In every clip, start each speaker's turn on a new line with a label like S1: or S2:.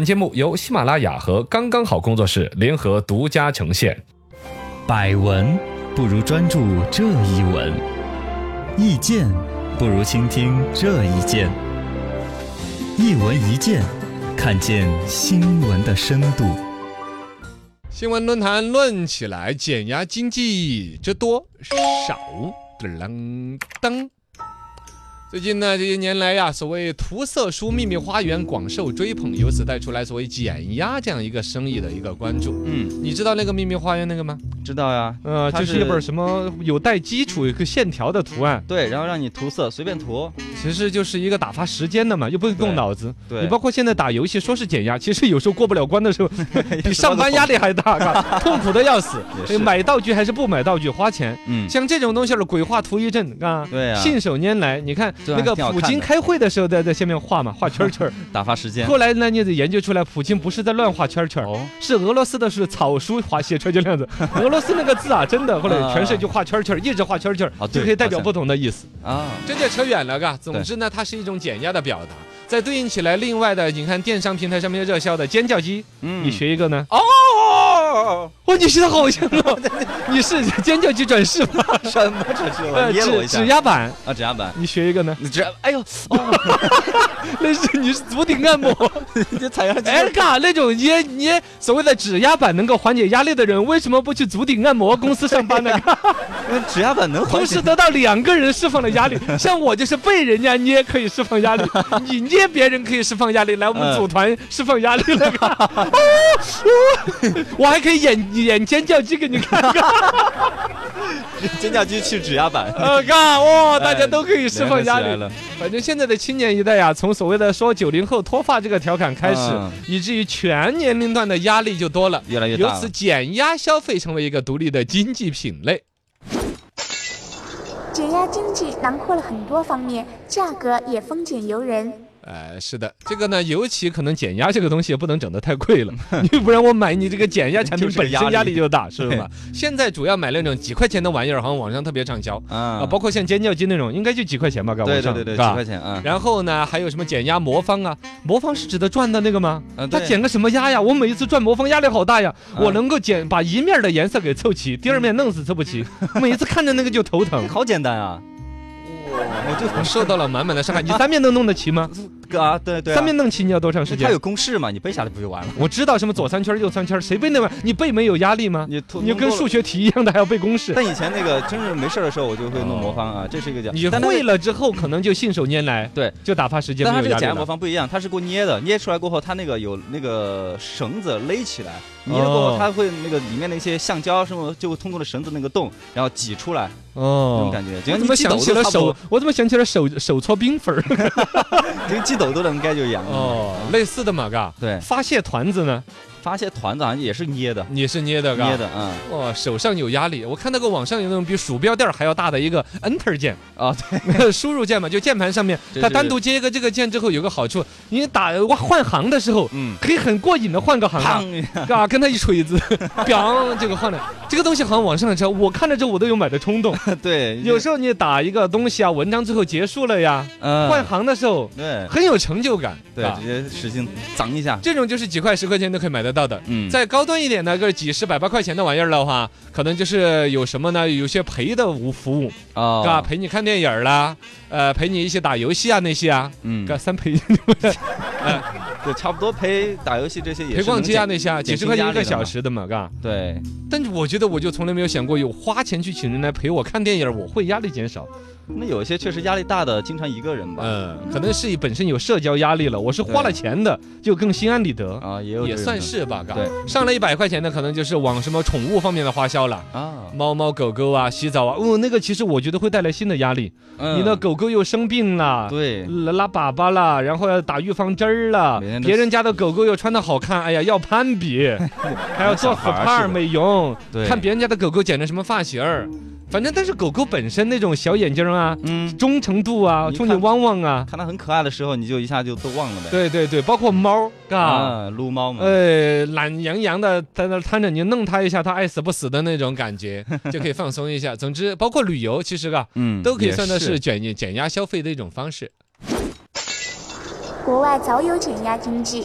S1: 本节目由喜马拉雅和刚刚好工作室联合独家呈现。
S2: 百闻不如专注这一闻，意见不如倾听这一见。一闻一见，看见新闻的深度。
S3: 新闻论坛论起来，减压经济这多少？啷当。最近呢，这些年来呀，所谓“涂色书秘密花园”广受追捧，由此带出来所谓减压这样一个生意的一个关注。
S4: 嗯，
S3: 你知道那个秘密花园那个吗？
S4: 知道呀。
S3: 呃，
S4: 它
S3: 就是一
S4: 是
S3: 本什么有带基础、有个线条的图案，
S4: 对，然后让你涂色，随便涂。
S3: 其实就是一个打发时间的嘛，又不用动
S4: 对
S3: 脑子。
S4: 对，
S3: 你包括现在打游戏，说是减压，其实有时候过不了关的时候， 比上班压力还大，嘎痛苦的要死。
S4: 也
S3: 所
S4: 是
S3: 以买道具还是不买道具，花钱。
S4: 嗯，
S3: 像这种东西儿，鬼画图一阵啊，
S4: 对啊
S3: 信手拈来。你看
S4: 对啊
S3: 那个
S4: 挺好
S3: 普
S4: 看的
S3: 京开会的时候，在在下面画嘛，画圈儿圈 儿。
S4: 打发时间。
S3: 后来呢，你得研究出来，普京不是在乱画圈儿圈儿。
S4: 哦，
S3: 是俄罗斯的是草书画写出来就那样子，俄罗斯那个字啊，真的，后来全世界就画圈儿圈儿，一直画圈儿圈儿，
S4: 啊
S3: 就
S4: 对
S3: 可以代表
S4: 好像
S3: 不同的意思。
S4: 啊，
S3: 这就扯远了，嘎。总
S4: 对
S3: 之呢，它是一种减压的表达。再对应起来，另外的，你看电商平台上面热销的尖叫鸡，
S4: 嗯，
S3: 你学一个呢？
S4: 哦，
S3: 哇，你学的好像 哦，你是尖叫鸡转世吧？
S4: 什么这是我
S3: 呃，
S4: 捏了我
S3: 指
S4: 一下
S3: 指。压板，
S4: 啊，指压板。
S3: 你学 一个呢？
S4: 你指，哎呦，哦，
S3: 那是你是足底 按摩，
S4: 你踩上去。
S3: 哎嘎，那种捏捏所谓的指压板能够缓解压力的人，为什么不去足底按摩公司上班呢？
S4: 那指压板能缓
S3: 同
S4: 解
S3: 时。得到两个人释放的压力，像我就是被人家捏可以释放 压力，你捏别人可以释放压力，来我们
S4: 嗯
S3: 组团释放 压力了，啊啊我还可以演演尖叫鸡给 你看，
S4: 尖叫鸡去指压板。
S3: 啊，看哇，大家都可以释放压
S4: 哎联想起来
S3: 力。
S4: 了。
S3: 反正现在的青年一代呀，从所谓的说九零后脱发这个调侃开始
S4: 嗯，
S3: 以至于全年龄段的压力就多了，
S4: 越来越
S3: 由
S4: 大
S3: 此
S4: 了。
S3: 减压消费成为一个独立的经济品类。
S5: 解压经济囊括了很多方面，价格也丰俭由人。
S3: 哎，是的，这个呢，尤其可能减压这个东西也不能整得太贵 了，你不然我买你这个减压产品
S4: 就是个
S3: 本身
S4: 压
S3: 压力
S4: 力
S3: 就大，是 吧？现在主要买那种几块钱的玩意儿，好像网上特别畅销啊，
S4: 啊
S3: 包括像尖叫鸡那种，应该就几块钱吧，刚
S4: 对
S3: 网
S4: 对
S3: 上
S4: 对对，
S3: 是
S4: 几
S3: 吧
S4: 块？钱啊。
S3: 然后呢，还有什么减压魔方啊？魔方是指的转的那个吗？
S4: 嗯
S3: 它
S4: 对
S3: 减个什么压呀？我每一次转魔方压力好大呀！我
S4: 嗯
S3: 能够减把一面的颜色给凑齐，第二面弄死凑 不齐，每一次看着那个就头疼。
S4: 好简单啊。我就
S3: 我受到了满满的伤害。你三面能弄得齐吗？
S4: 哥啊，对对啊。
S3: 三面弄齐你要多长时
S4: 那
S3: 间啊
S4: 它？有公式嘛？你背下来不就完了？
S3: 我知道什么左三圈儿右三圈儿，谁背那玩意儿？你背没有压力吗？
S4: 你涂
S3: 你就跟
S4: 弄多了
S3: 数学题一样的，还要背公 式。
S4: 但以前那个真是没事儿的时候，我就会弄魔方啊，这是一个奖。
S3: 哦你
S4: 但那个
S3: 会了之后，可能就信手拈来，
S4: 对，
S3: 就打发时间，
S4: 但它
S3: 没
S4: 这个
S3: 有压
S4: 减
S3: 力
S4: 压魔
S3: 了。
S4: 方不一样，它是给我捏的，捏出来过后，它那个有那个绳子勒起来，捏了过
S3: 哦
S4: 后，它会那个里面的一些橡胶什么，就会通过了绳子那个洞，然后挤出来那种
S3: 哦，
S4: 感觉，就
S3: 我
S4: 跟
S3: 怎
S4: 你
S3: 么
S4: 挤
S3: 想
S4: 痘
S3: 起
S4: 都
S3: 了
S4: 差不
S3: 手
S4: 多，？
S3: 我怎么想起了手手搓冰粉儿？
S4: 就跟挤痘痘的应该就一样。
S3: 哦， 类似的嘛，嘎。
S4: 对，
S3: 发泄团子呢？
S4: 发些团子好像也是捏的，
S3: 你是捏的，嘎。
S4: 捏。的啊
S3: 哦，手上有压力。我看那个网上有那种比鼠标垫儿还要大的一 个 Enter 键，
S4: 啊，对，
S3: 输入键嘛，就键盘上面，
S4: 这
S3: 它
S4: 是
S3: 单独接一个这个键之后，有个好处，你打换行的时候，
S4: 嗯，
S3: 可以很过瘾的换个行啊。
S4: 砰 一 下，
S3: 啊，跟他一锤子，砰，这个换了。这个东西好像网上这，我看着这我都有买的冲 动。
S4: 对，
S3: 有时候你打一个东西啊，文章最后结束了呀，
S4: 嗯
S3: 换行的时候
S4: 对
S3: 很有成就感，
S4: 对，
S3: 吧
S4: 直接使劲脏一下，
S3: 这种就是几块十块钱都可以买得到的。
S4: 嗯，
S3: 再高端一点呢，个几十百八块钱的玩意儿的话，可能就是有什么呢？有些陪的服服务，啊，
S4: 啊，
S3: 陪你看电影儿啦，呃，陪你一起打游戏啊那些啊，
S4: 嗯，
S3: 个三 陪
S4: 对，差不多陪打游戏这些也
S3: 陪
S4: 是
S3: 逛
S4: 能
S3: 街啊
S4: 减
S3: 那些啊，几
S4: 减
S3: 十
S4: 轻
S3: 块钱
S4: 压
S3: 一个
S4: 力的
S3: 小
S4: 嘛
S3: 时的嘛，嘎。
S4: 对，
S3: 但是我觉得我就从来没有想过有花钱去请人来陪我看电影儿，我会压力减少。
S4: 那有一些确实压力大的，经常一个人吧。
S3: 嗯，可能是本身有社交压力了，我是花了钱的，就更心安理得。
S4: 啊，也有
S3: 也
S4: 这种
S3: 算
S4: 的
S3: 是吧，嘎
S4: 对
S3: 上了一百块钱的，可能就是往什么宠物方面的花销了，
S4: 啊。
S3: 猫猫狗狗啊，洗澡啊，哦，那个其实我觉得会带来新的压力。你的
S4: 嗯
S3: 狗狗又生病了，
S4: 对
S3: 拉拉粑粑了，然后要打预防针儿了
S4: 每天，都
S3: 别人家的狗狗又穿的好看，哎呀，要攀比， 还要做
S4: 小
S3: 可
S4: 孩儿
S3: 帕
S4: 似的
S3: 美容，
S4: 对
S3: 看别人家的狗狗剪的什么发型儿，反正但是狗狗本身那种小眼睛儿啊，
S4: 嗯，
S3: 忠诚度啊，
S4: 你
S3: 冲你
S4: 看
S3: 汪汪啊，
S4: 看它很可爱的时候，你就一下就都忘了呗。
S3: 对对对，包括猫儿，嘎。
S4: 啊，撸猫嘛，
S3: 呃，懒洋洋的在那儿摊着，你弄它一下，它爱死不死的那种感 觉，就可以放松一下。总之，包括旅游，其实啊，
S4: 嗯，
S3: 都可以
S4: 也
S3: 算得是
S4: 是
S3: 减压减压消费的一种方式。
S5: 国外早有减压经济，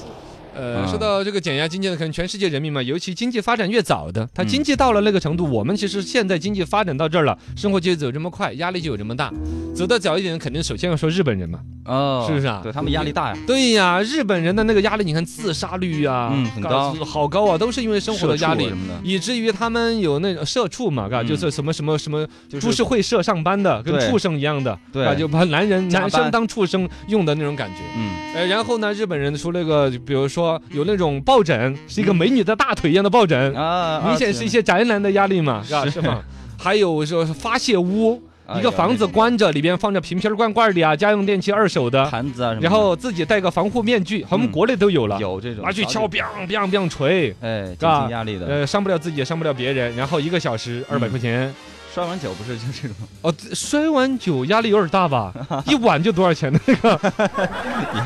S3: 呃，
S4: 嗯
S3: 说到这个减压经济呢，可能全世界人民嘛，尤其经济发展越早的，它经济到了那个程度，我们其实现在经济发展到这儿了，生活节奏有这么快，压力就有这么大。走得早一点，肯定首先要说日本人嘛。
S4: 哦，
S3: 是不是啊
S4: 对他们压力大呀，
S3: 对呀，日本人的那个压力，你看自杀率啊，
S4: 嗯很高
S3: 嘎好高啊，都是因为生活的
S4: 社
S3: 压
S4: 畜
S3: 力
S4: 什。么的，
S3: 以至于他们有那种社畜嘛，嘎，
S4: 嗯
S3: 就是什么什么什么
S4: 就是
S3: 株式会社上班的，跟
S4: 对
S3: 畜生一样的，
S4: 对
S3: 啊，就把男人
S4: 加班
S3: 男生当畜生用的那种感觉。
S4: 嗯，
S3: 呃，然后呢，日本人出了个，比如说有那种抱枕，是一个美女的大腿一样的抱枕，
S4: 啊，
S3: 明显是一些宅男的压力嘛，是啊吧？是吗？ 哎还有说是发泄屋，
S4: 二次元
S3: 一个房子关着，里边放着瓶瓶罐罐的呀，家用电器二手
S4: 哎呀
S3: 的，
S4: 盘子啊什么的，
S3: 然后自己戴个防护面具，好像我们
S4: 嗯
S3: 国内都有了，
S4: 有这种
S3: 拿去敲，
S4: 调整
S3: biang biang biang 锤，
S4: 哎，减
S3: 嘎
S4: 轻压力的，
S3: 呃，伤不了自己也伤不了别人，然后一个小时二百
S4: 嗯
S3: 块钱。
S4: 摔完酒不是就这种，
S3: 哦，摔碗酒压力有点大 吧？一碗就多少钱呢？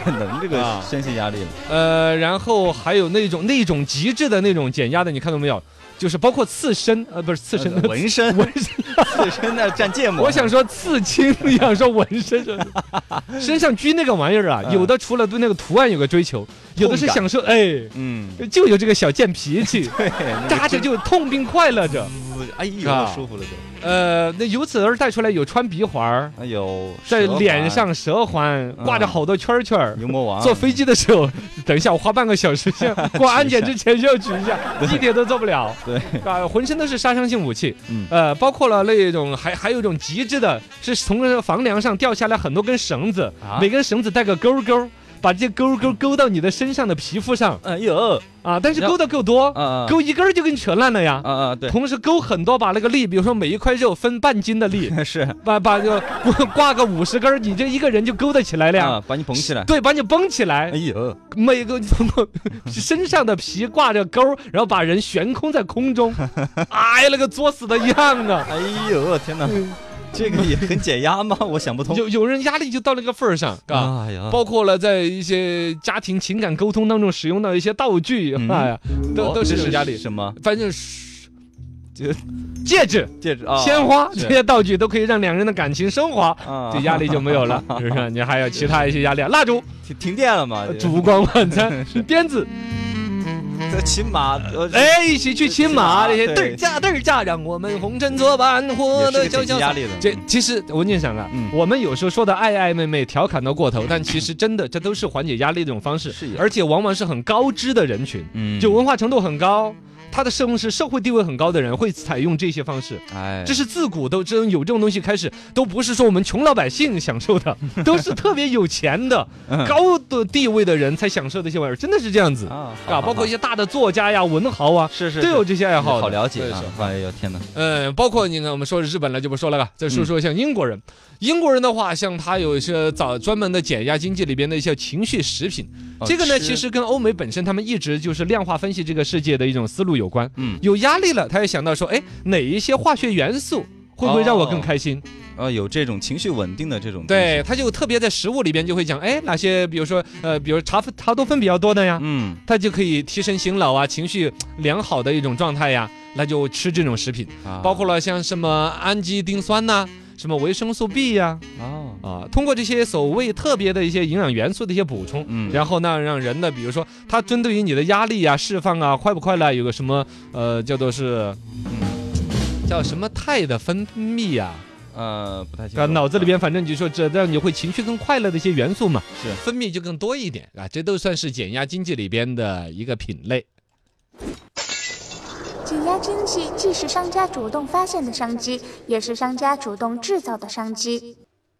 S4: 也能这
S3: 啊
S4: 个宣泄压力了，
S3: 呃，然后还有那种那种极致的那种减压的，你看到没有？就是包括刺身，呃，不是刺身，
S4: 纹 身，纹身，自身的蘸芥末，
S3: 我想说刺青，你想说纹身，身上拘那个玩意儿啊，
S4: 嗯
S3: 有的除了对那个图案有个追求，有的是
S4: 痛感
S3: 享受，哎，
S4: 嗯，，
S3: 就有这个小贱脾气
S4: 对， 那个
S3: 扎着就痛并快乐着。
S4: 滋，哎呦，
S3: 啊
S4: 那舒服了就，
S3: 呃，那由此而带出来有穿鼻环儿，
S4: 哎呦，
S3: 在
S4: 蛇
S3: 脸
S4: 丸
S3: 上蛇环，
S4: 嗯
S3: 挂着好多圈儿圈儿。
S4: 牛魔王
S3: 坐飞机的时候，等一下，我花半个小时先过安检之前要举一 下，一点都做不了。
S4: 对，
S3: 啊，浑身都是杀伤性武器，
S4: 嗯
S3: 呃，包括了那种还还有一种极致的，是从那个房梁上掉下来很多根绳子，
S4: 啊
S3: 每根绳子带个勾勾，把这勾勾勾到你的身上的皮肤上
S4: 哎呦，
S3: 啊，但是
S4: 然后
S3: 勾的够多，
S4: 啊
S3: 勾一根儿就给你扯烂了呀。
S4: 啊啊，对，
S3: 同时勾很多，把那个力，比如说每一块肉分半斤的力，
S4: 是
S3: 把把就挂个五十根儿，你这一个人就勾得起来了呀。
S4: 啊，把你捧起来，
S3: 对，把你绷起来
S4: 哎，呦，
S3: 每个 身上的皮挂着钩，然后把人悬空在空中，哎呀，那个作死的样啊！
S4: 哎呦，天哪，这个也很解压吗？ 我想不通。
S3: 有有人压力就到那个份儿上，啊。
S4: 哎呀，
S3: 包括了在一些家庭情感沟通当中使用到一些道具，
S4: 嗯
S3: 哎呀，都
S4: 哦
S3: 都
S4: 这
S3: 是有
S4: 是
S3: 压力。
S4: 什么
S3: 反正是
S4: 就
S3: 戒指、
S4: 戒指啊？
S3: 鲜花
S4: 是
S3: 这些道具都可以让两人的感情升华，
S4: 啊，
S3: 这压力就没有了，是不是？你还有其他一些压力，啊蜡烛、
S4: 停停电了
S3: 呃
S4: 嘛？这
S3: 烛光晚餐、鞭子，
S4: 这骑马，呃，
S3: 哎，一起去骑马，那
S4: 骑马
S3: 些
S4: 对
S3: 嘚儿驾嘚儿驾，让我们红尘作伴，活
S4: 也
S3: 得
S4: 是
S3: 潇
S4: 个减
S3: 潇
S4: 压
S3: 洒。
S4: 力的。
S3: 这其实我跟你讲啊
S4: 嗯，
S3: 我们有时候说的爱爱妹妹调侃到过头，但其实真的这都是缓解压力的一种方式
S4: 是呀，
S3: 而且往往是很高知的人群，
S4: 嗯
S3: 就文化程度很高。他的社会是社会地位很高的人会采用这些方式，
S4: 哎，
S3: 这是自古都真有这种东西开始，都不是说我们穷老百姓享 受的，都是特别有钱的、
S4: 嗯
S3: 高的地位的人才享受这些玩意儿，真的是这样子啊，
S4: 啊，好
S3: 包括一些大的作家呀、文豪啊，
S4: 是是
S3: 都有这些爱
S4: 爱
S3: 好
S4: 好
S3: 的。
S4: 了解啊
S3: 对。
S4: 哎呦天哪，
S3: 嗯，包括你看，我们说日本了就不说
S4: 嗯
S3: 了吧，再说说像英国人。英国人的话，像他有一些早专门的减压经济里边的一些情绪食品，
S4: 哦
S3: 这个呢
S4: 吃
S3: 其实跟欧美本身他们一直就是量化分析这个世界的一种思路有关。
S4: 嗯
S3: 有压力了，他就想到说，哎，哪一些化学元素会不会让我更开心？
S4: 啊有这种情绪稳定的这种东西
S3: 对，他就特别在食物里边就会讲，哎，哪些比如说呃，比如茶茶多酚比较多的呀，
S4: 嗯
S3: 它就可以提神醒脑啊，情绪良好的一种状态呀，那就吃这种食品。
S4: 啊
S3: 包括了像什么氨基丁酸呐、什么维生素 B 呀、
S4: 哦
S3: 啊，通过这些所谓特别的一些营养元素的一些补充，
S4: 嗯
S3: 然后呢，让人的比如说它针对于你的压力啊、释放啊、快不快乐，有个什么呃叫做是。嗯叫什么肽的分泌呀、
S4: 呃不太清
S3: 啊？
S4: 楚
S3: 脑子里边反正就说这让你会情绪更快乐的一些元素嘛，
S4: 是
S3: 分泌就更多一点啊，这都算是减压经济里边的一个品类。
S5: 减压经济既是商家主动发现的商机，也是商家主动制造的商机。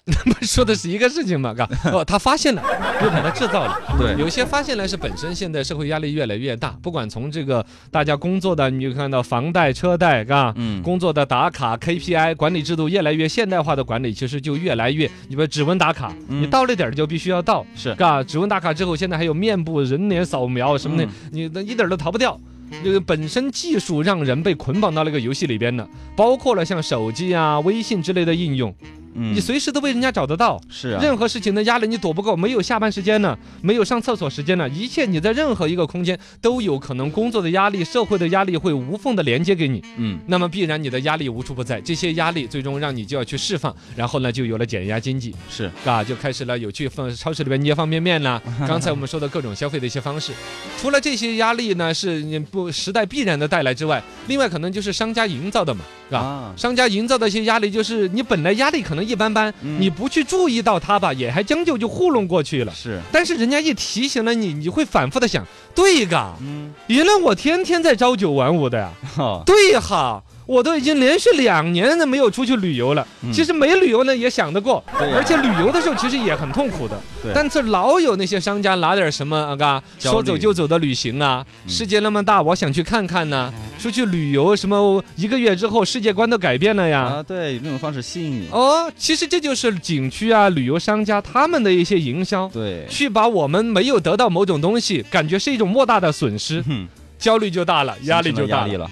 S3: 说的是一个事情嘛，嘎， 哦，他发现了，又把它制造了。
S4: 对
S3: 有些发现呢是本身现在社会压力越来越大，不管从这个大家工作的，你就看到房贷、车贷，嘎。
S4: 嗯
S3: 工作的打卡 KPI 管理制度越来越现代化的管理，其实就越来越，你比如指纹打卡，
S4: 嗯
S3: 你到了点儿就必须要到，
S4: 是
S3: 嘎。指纹打卡之后，现在还有面部人脸扫描什么的
S4: 嗯，
S3: 你那一点儿都逃不掉。这个本身技术让人被捆绑到那个游戏里边了，包括了像手机啊、微信之类的应用，
S4: 嗯
S3: 你随时都被人家找得到。
S4: 是啊，
S3: 任何事情的压力你躲不过，没有下班时间呢，没有上厕所时间呢，一切你在任何一个空间都有可能工作的压力、社会的压力会无缝的连接给你，
S4: 嗯
S3: 那么必然你的压力无处不在，这些压力最终让你就要去释放，然后呢就有了减压经济，
S4: 是
S3: 啊，就开始了有去放超市里边捏方便 面啦。刚才我们说的各种消费的一些方式，除了这些压力呢是你不时代必然的带来之外，另外可能就是商家营造的嘛，是吧？
S4: 啊，
S3: 商家营造的一些压力，就是你本来压力可能一般般，
S4: 嗯
S3: 你不去注意到它吧，也还将就就糊弄过去了。
S4: 是
S3: 但是人家一提醒了你，你会反复的想，对嘎，
S4: 嗯，
S3: 原来我天天在朝九晚五的呀，
S4: 哦
S3: 对哈。我都已经连续两年都没有出去旅游了，
S4: 嗯
S3: 其实没旅游呢也想得过，
S4: 对呀
S3: 而且旅游的时候其实也很痛苦的
S4: 对。
S3: 但是老有那些商家拿点什么啊嘎，
S4: 焦
S3: 说走
S4: 虑
S3: 就走的旅行啊，
S4: 嗯
S3: 世界那么大，我想去看看呐，出去旅游什么一个月之后世界观都改变了呀。
S4: 啊，对，用这种方式吸引你，
S3: 哦，其实这就是景区啊、旅游商家他们的一些营销，
S4: 对，
S3: 去把我们没有得到某种东西，感觉是一种莫大的损失，
S4: 哼
S3: 焦虑就大了， 压力
S4: 形成
S3: 就
S4: 了压
S3: 大
S4: 力
S3: 了。
S4: 了，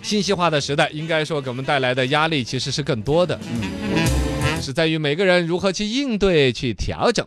S3: 信息化的时代，应该说给我们带来的压力其实是更多的，
S4: 嗯，
S3: 是在于每个人如何去应对、去调整。